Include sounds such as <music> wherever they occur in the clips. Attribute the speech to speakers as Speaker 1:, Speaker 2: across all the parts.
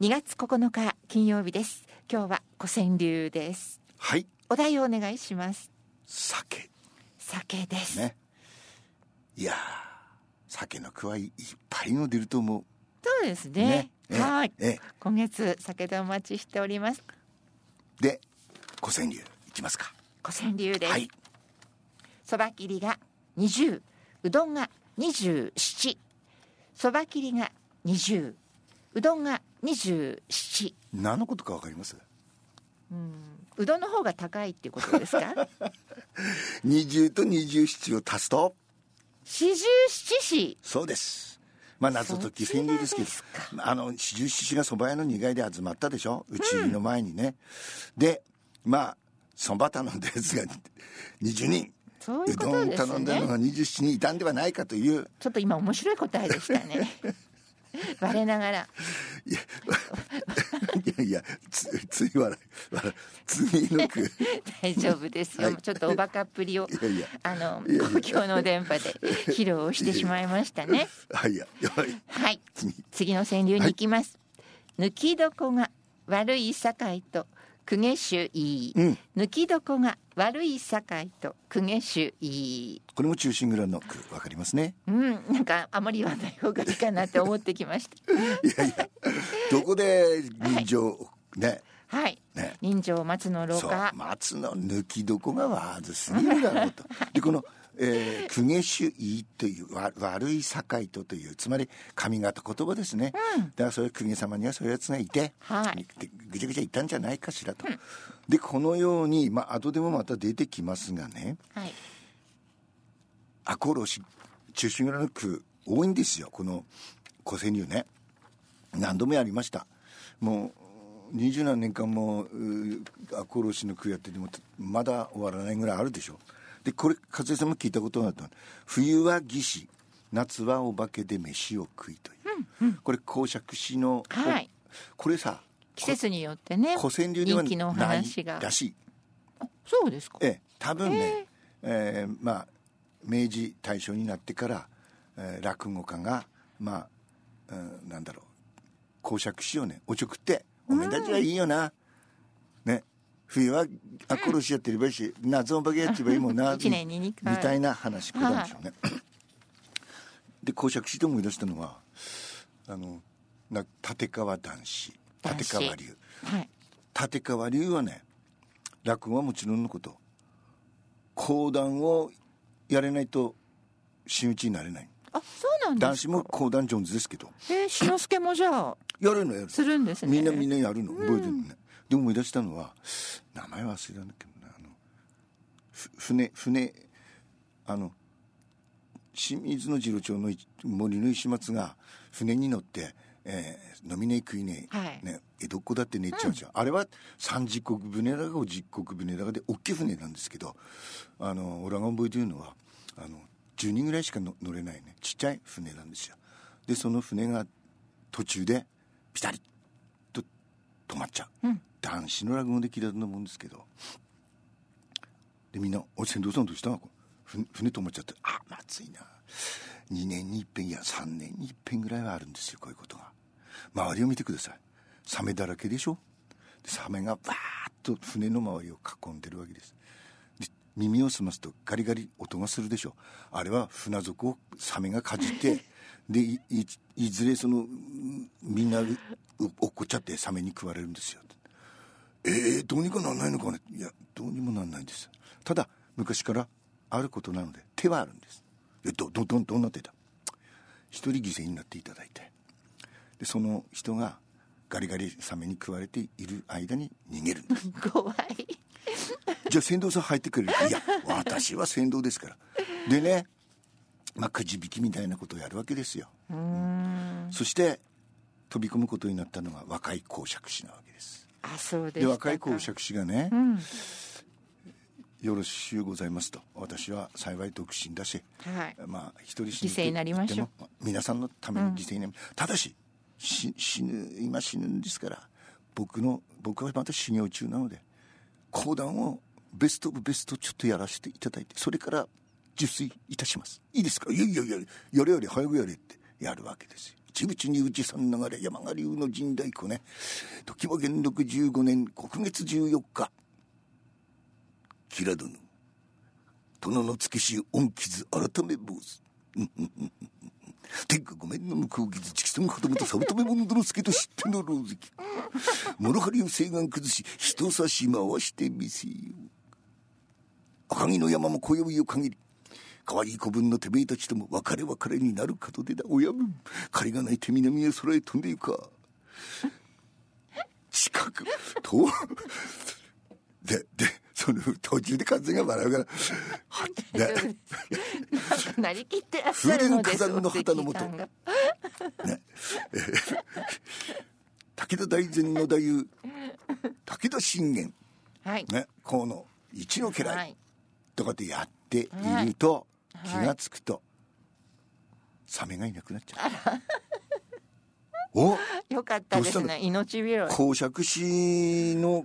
Speaker 1: 2月9日金曜日です今日は古川流です
Speaker 2: はい
Speaker 1: お題をお願いします
Speaker 2: 酒
Speaker 1: 酒です、
Speaker 2: ねいやー酒のくわいいっぱいの出ると思う
Speaker 1: そうですね
Speaker 2: ね
Speaker 1: はい
Speaker 2: ええ
Speaker 1: 今月酒でお待ちしております
Speaker 2: で古川流いきますか
Speaker 1: 古川流です、
Speaker 2: はい
Speaker 1: そば切りが20うどんが27そば切りが20うどんが27
Speaker 2: 何のことかわかります
Speaker 1: うどんの方が高いっていうことですか
Speaker 2: <laughs> 20と27を足すと
Speaker 1: 四十七士
Speaker 2: そうですまあ謎解き川柳ですけど
Speaker 1: そちらです
Speaker 2: あの四十七が蕎麦屋の苦いで集まったでしょうちの前にね、でまあそば頼んだやつが20人
Speaker 1: そういうこと
Speaker 2: う
Speaker 1: で
Speaker 2: ど
Speaker 1: す
Speaker 2: ん頼んだの
Speaker 1: ね
Speaker 2: が27人いたんではないかという
Speaker 1: ちょっと今面白い答えでした
Speaker 2: <laughs>
Speaker 1: ね我ながら
Speaker 2: いやいやいやつつい笑い笑いついのく
Speaker 1: 大丈夫ですよ、
Speaker 2: はい
Speaker 1: ちょっとおバカっぷり
Speaker 2: <laughs>
Speaker 1: を
Speaker 2: いやいや
Speaker 1: あの
Speaker 2: いや
Speaker 1: 公共の電波で披露してしまいましたね
Speaker 2: あいややばい
Speaker 1: はい
Speaker 2: 次
Speaker 1: 次の川柳に行きます、抜き床が悪い境と公家衆いい、
Speaker 2: うん
Speaker 1: 抜き床が悪い境と公家衆いい
Speaker 2: これも中心蔵の句わかりますね
Speaker 1: うん、なんかあまり言わない方がいいかなって思ってきました
Speaker 2: <laughs> いやいやどこで人情、ね
Speaker 1: はい、
Speaker 2: ね
Speaker 1: 人情松の廊
Speaker 2: そう
Speaker 1: 下
Speaker 2: 松の抜きどこが悪すぎるだろうとでこの「えー公家主いい」というわ悪い境とというつまり上方言葉ですね、だからそういう公家様にはそういうやつがいて、
Speaker 1: はい
Speaker 2: でぐちゃぐちゃいたんじゃないかしらと、でこのようにまあ後でもまた出てきますがね
Speaker 1: はい
Speaker 2: 赤穂浪士中心蔵の句多いんですよこの古川流ね何度もやりましたもう二十何年間もう赤穂浪士の句やっててもまだ終わらないぐらいあるでしょでこれ和江さんも聞いたことがあったの冬は義士夏はお化けで飯を食い」という、これ公爵士の、
Speaker 1: はい
Speaker 2: これさ
Speaker 1: 季節によってね
Speaker 2: 古川流では
Speaker 1: 人気のお
Speaker 2: ない
Speaker 1: 話が
Speaker 2: らしい
Speaker 1: そうですか、
Speaker 2: ええ、多分ね、えーまあ、明治大正になってから、えー落語家が、まあうん、なんだろう公爵しようねおちょくっておめたちはいいよな、ね冬はあ殺しやってればいいし、夏お化けやってればいいもんな
Speaker 1: <laughs> 一年に二回
Speaker 2: みたいな話くらんでしょうね。で公爵しと思い出したのはあのな立川男子
Speaker 1: 男
Speaker 2: 立
Speaker 1: 子
Speaker 2: 川流。
Speaker 1: はい
Speaker 2: 立川流はね落語はもちろんのこと講談をやれないと真打ちになれない
Speaker 1: あそうなんで
Speaker 2: 男
Speaker 1: す
Speaker 2: 子も講談上手ですけど
Speaker 1: えー、志の輔もじゃあ
Speaker 2: やるのやる
Speaker 1: するんですね
Speaker 2: みんなみんなやるの覚えてるのね、で思い出したのは名前忘れたんだけどなあのふ船船あの清水の次郎町の一森の石松が船に乗って、えー飲みねえ食いねえ、
Speaker 1: はい
Speaker 2: ね、江戸っ子だってねえっちゃうじゃん、あれは三十石船だか五十石船だかで大きい船なんですけどあの俺が覚えてるのはあの10人ぐらいしかの乗れないねちっちゃい船なんですよでその船が途中でピタリと止まっちゃう、男子の落語で聞いたと思うんですけどでみんな「おい船頭さんどうしたのふ船止まっちゃってあまずいな2年に一遍いや3年に一遍ぐらいはあるんですよこういうことが周りを見てくださいサメだらけでしょでサメがバーッと船の周りを囲んでるわけですで耳を澄ますとガリガリ音がするでしょあれは船底をサメがかじって <laughs> でいいいずれそのうみんなう落っこっちゃってサメに食われるんですよえー、どうにかならないのかねいやどうにもならないんですただ昔からあることなので手はあるんですえどどどどんな手だ一人犠牲になっていただいてでその人がガリガリサメに食われている間に逃げるんです
Speaker 1: 怖い
Speaker 2: <laughs> じゃあ船頭さん入ってくれるいや私は船頭ですからでねまあくじ引きみたいなことをやるわけですよ
Speaker 1: うーん
Speaker 2: そして飛び込むことになったのが若い公爵士なわけです
Speaker 1: あそうで
Speaker 2: で
Speaker 1: したか
Speaker 2: 若い公爵士がね、
Speaker 1: うん
Speaker 2: よろしゅうございますと私は幸い独身だし
Speaker 1: はい
Speaker 2: まあ一人死ぬと
Speaker 1: 犠牲になりましょう
Speaker 2: 言っても皆さんのために犠牲になり、ただしし死ぬ今死ぬんですから僕の僕はまた修行中なので講談をベストオブベストちょっとやらせていただいてそれから受水いたしますいいですかいやいやいややれより早くやれってやるわけですよちぶちに打ち三流れ山賀流の神太鼓ね時は元禄15年国月14日キラ殿殿のつけし恩傷改め坊主天下ごめんの向こう傷畜産旗本サブトメモンドの助と知っての狼藉諸張を西岸崩し人差し回してみせよ赤城の山も今宵を限り可愛い子分のてめえたちとも別れ別れになる門でだ親分借りがない手南へ空へ飛んでゆか近くとででその途中で風が笑うからは <laughs> ね
Speaker 1: なんかなりき
Speaker 2: <laughs>
Speaker 1: ってらっしゃるのです
Speaker 2: 風流の旗の
Speaker 1: お赤
Speaker 2: 下
Speaker 1: 飯が
Speaker 2: 武田大善の太夫武田信玄
Speaker 1: はい、
Speaker 2: ね河野一の家来、
Speaker 1: はい、
Speaker 2: とかでやっていると、気がつくと、サメがいなくなっちゃう。
Speaker 1: <laughs>
Speaker 2: お
Speaker 1: よかったです
Speaker 2: どうした
Speaker 1: ね命拾い
Speaker 2: 公爵士の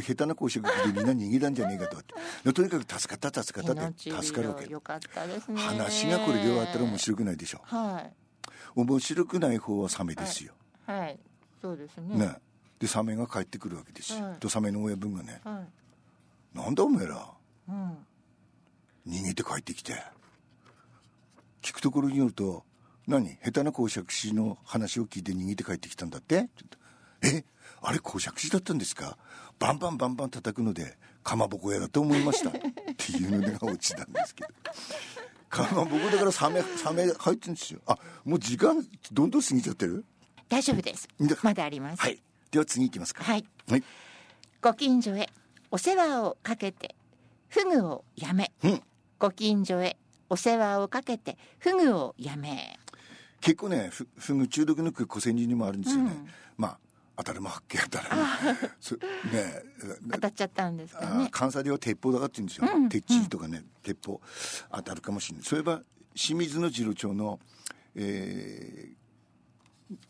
Speaker 2: 下手な公爵士でみんな逃げたんじゃねえかと
Speaker 1: <laughs>
Speaker 2: でとにかく助かった助かったっ
Speaker 1: 命
Speaker 2: て
Speaker 1: 拾
Speaker 2: 助かるわけ
Speaker 1: いよかったですね
Speaker 2: 話がこれで終わったら面白くないでしょ
Speaker 1: は
Speaker 2: 面白くない方はサメですよ、
Speaker 1: いはいそうですね
Speaker 2: ねでサメが帰ってくるわけですよ、
Speaker 1: はい
Speaker 2: とサメの親分がね
Speaker 1: は
Speaker 2: 「なんだお前ら
Speaker 1: い、うん
Speaker 2: 逃げて帰ってきて聞くところによると何下手な公爵士の話を聞いて逃げて帰ってきたんだってえあれ公爵士だったんですかバンバンバンバン叩くのでかまぼこ屋だと思いましたっていうのが落ちたんですけどかまぼこだからサメサメ入ってるんですよあもう時間どんどん過ぎちゃってる
Speaker 1: 大丈夫です
Speaker 2: で
Speaker 1: まだあります
Speaker 2: はいでは次行きますか
Speaker 1: はい
Speaker 2: はい
Speaker 1: ご近所へお世話をかけてフグをやめ、
Speaker 2: うん
Speaker 1: ご近所へお世話をかけてフグをやめ
Speaker 2: 結構ねふフグ中毒の小千里にもあるんですよね、
Speaker 1: うん
Speaker 2: まあ当たるも発見当たらないそねえ
Speaker 1: 当たっちゃったんですか
Speaker 2: あ
Speaker 1: ね
Speaker 2: 関西では鉄砲だかって言うんですよ、
Speaker 1: うん
Speaker 2: 鉄地とかね鉄砲当たるかもしれないそういえば清水の次郎町の、えー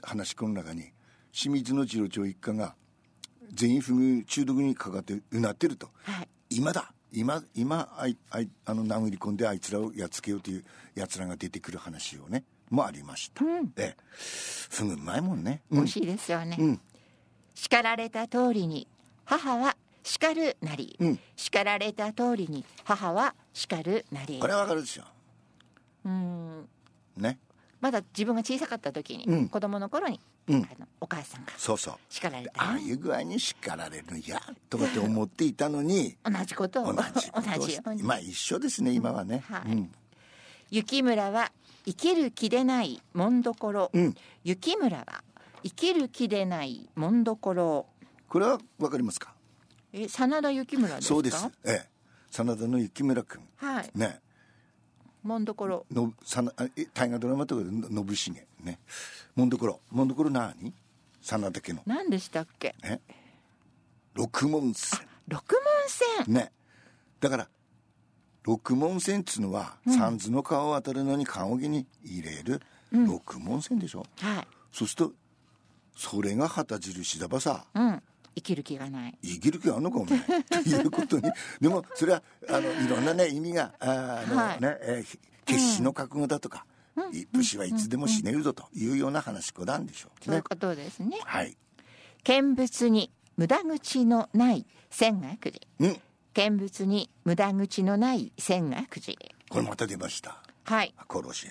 Speaker 2: 話し子の中に清水の次郎町一家が全員フグ中毒にかかってうなってると
Speaker 1: はい
Speaker 2: 今だ今今あいあいあの殴り込んであいつらをやっつけようというやつらが出てくる話をねもありました、
Speaker 1: うん
Speaker 2: ええフグうまいもんね、う
Speaker 1: 美
Speaker 2: ん
Speaker 1: 味しいですよね、
Speaker 2: うん
Speaker 1: 叱られた通りに母は叱るなり、
Speaker 2: うん
Speaker 1: 叱られた通りに母は叱るなり
Speaker 2: これはわかるでしょ
Speaker 1: うん
Speaker 2: ね
Speaker 1: まだ自分が小さかった時に、
Speaker 2: うん
Speaker 1: 子供の頃に、
Speaker 2: うん
Speaker 1: あのお母さんが
Speaker 2: そうそう
Speaker 1: 叱られた
Speaker 2: ああ
Speaker 1: な
Speaker 2: いう具合に叱られるやとかって思っていたのに
Speaker 1: 同じことを
Speaker 2: 同じことを
Speaker 1: 同じ
Speaker 2: し
Speaker 1: ように
Speaker 2: まあ一緒ですね今はね、
Speaker 1: はい
Speaker 2: うん、
Speaker 1: 雪村は生きる気でないもんどころ、
Speaker 2: うん
Speaker 1: 雪村は生きる気でないもんどころ
Speaker 2: これはわかりますか
Speaker 1: え真田雪村ですか
Speaker 2: そうですええ真田の雪村君
Speaker 1: はい
Speaker 2: ね
Speaker 1: もんどころ
Speaker 2: のさなあえ大河ドラマとかでの信繁ねもんどころもんどころ何真田家の
Speaker 1: 何でしたっけ
Speaker 2: ね六門線
Speaker 1: 六門線
Speaker 2: ねだから六門線っつうのは、三途の川を渡るのに棺桶に入れる六門線でしょ、
Speaker 1: はい
Speaker 2: そうするとそれが旗印だばさ
Speaker 1: うん生きる気がない
Speaker 2: 生きる気あんのかお前ということにでもそれはあのいろんなね意味があーあの、
Speaker 1: はい
Speaker 2: ね、えーひ決死の覚悟だとか、い武士はいつでも死ねるぞというような話し子なんでしょう
Speaker 1: そうい
Speaker 2: ね
Speaker 1: う。ことですね
Speaker 2: はい、
Speaker 1: 見物に無駄口のない千賀くじ
Speaker 2: うん、
Speaker 1: 見物に無駄口のない千賀くじ
Speaker 2: これまた出ました
Speaker 1: はい
Speaker 2: 殺し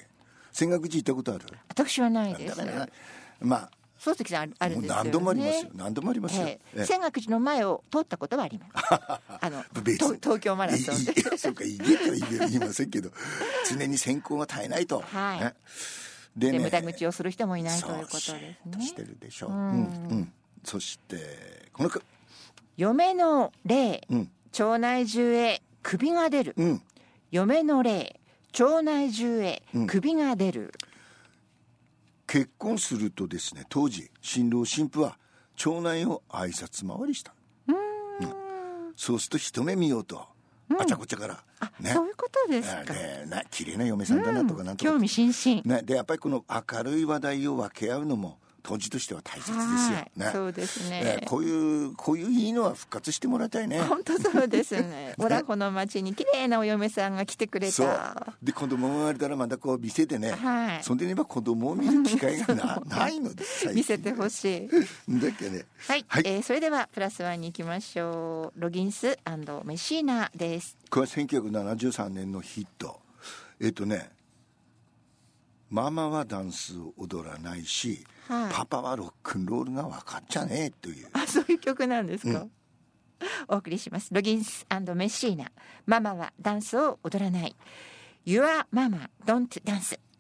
Speaker 2: 戦学寺行ったことある
Speaker 1: 私はないで
Speaker 2: だ
Speaker 1: す
Speaker 2: からなま
Speaker 1: 漱石さんあるあ
Speaker 2: あ
Speaker 1: る
Speaker 2: も
Speaker 1: ん
Speaker 2: う
Speaker 1: ですよね
Speaker 2: 何度もありますよ何度もありますよ。
Speaker 1: え
Speaker 2: え
Speaker 1: え、
Speaker 2: え
Speaker 1: 千岳寺の前を通ったことはあ
Speaker 2: <laughs>
Speaker 1: ります。あの
Speaker 2: 別に
Speaker 1: 東東京マラソンで
Speaker 2: い。いいやそうか、言えとは言え言いませんけど、常に選考が絶えないと。
Speaker 1: はい
Speaker 2: ねで
Speaker 1: で
Speaker 2: ね、
Speaker 1: 無駄口をする人もいないということで
Speaker 2: そ
Speaker 1: す
Speaker 2: う
Speaker 1: ね
Speaker 2: し。としてるでしょう。うんん、うん。そして、この句、
Speaker 1: 嫁の霊、
Speaker 2: うん、
Speaker 1: 町内中へ首が出る。
Speaker 2: うん。
Speaker 1: 嫁の霊、町内中へ
Speaker 2: うん
Speaker 1: 首が出る。
Speaker 2: 結婚するとですね、当時、新郎新婦は、町内を挨拶回りした。うん。そうすると、一目見ようと、あちゃこちゃから、
Speaker 1: あ、そういうことです
Speaker 2: あ
Speaker 1: か。
Speaker 2: ねな綺麗な嫁さんだなとかなんとか
Speaker 1: 興味津々。
Speaker 2: ね、でやっぱりこの明るい話題を分け合うのも当時としては大切です
Speaker 1: はい
Speaker 2: よ。ね。
Speaker 1: そうです
Speaker 2: え
Speaker 1: ね
Speaker 2: ー。こういうこういういいのは復活してもらいたいね。
Speaker 1: 本当そう
Speaker 2: <laughs>
Speaker 1: ですね。オラホの町に綺麗なお嫁さんが来てくれ
Speaker 2: そう
Speaker 1: た。
Speaker 2: で子供が生まれたらまたこう見せてね、
Speaker 1: はい
Speaker 2: そんで言えば子供を見る機会
Speaker 1: <laughs>
Speaker 2: がなないのです
Speaker 1: 見せて
Speaker 2: し
Speaker 1: ほしい。
Speaker 2: いだっけね
Speaker 1: はい、
Speaker 2: はい
Speaker 1: えーそれではプラスワンに行きましょう。ロギンスメシーナです。
Speaker 2: これは1973年のヒットえっ、とね「ママはダンスを踊らないし、
Speaker 1: はい
Speaker 2: パパはロックンロールが分かっちゃねえ」という
Speaker 1: あ、そういう曲なんですか。お送りします。ロギンスメシーナ。ママはダンスを踊らない。Your mama don't dance.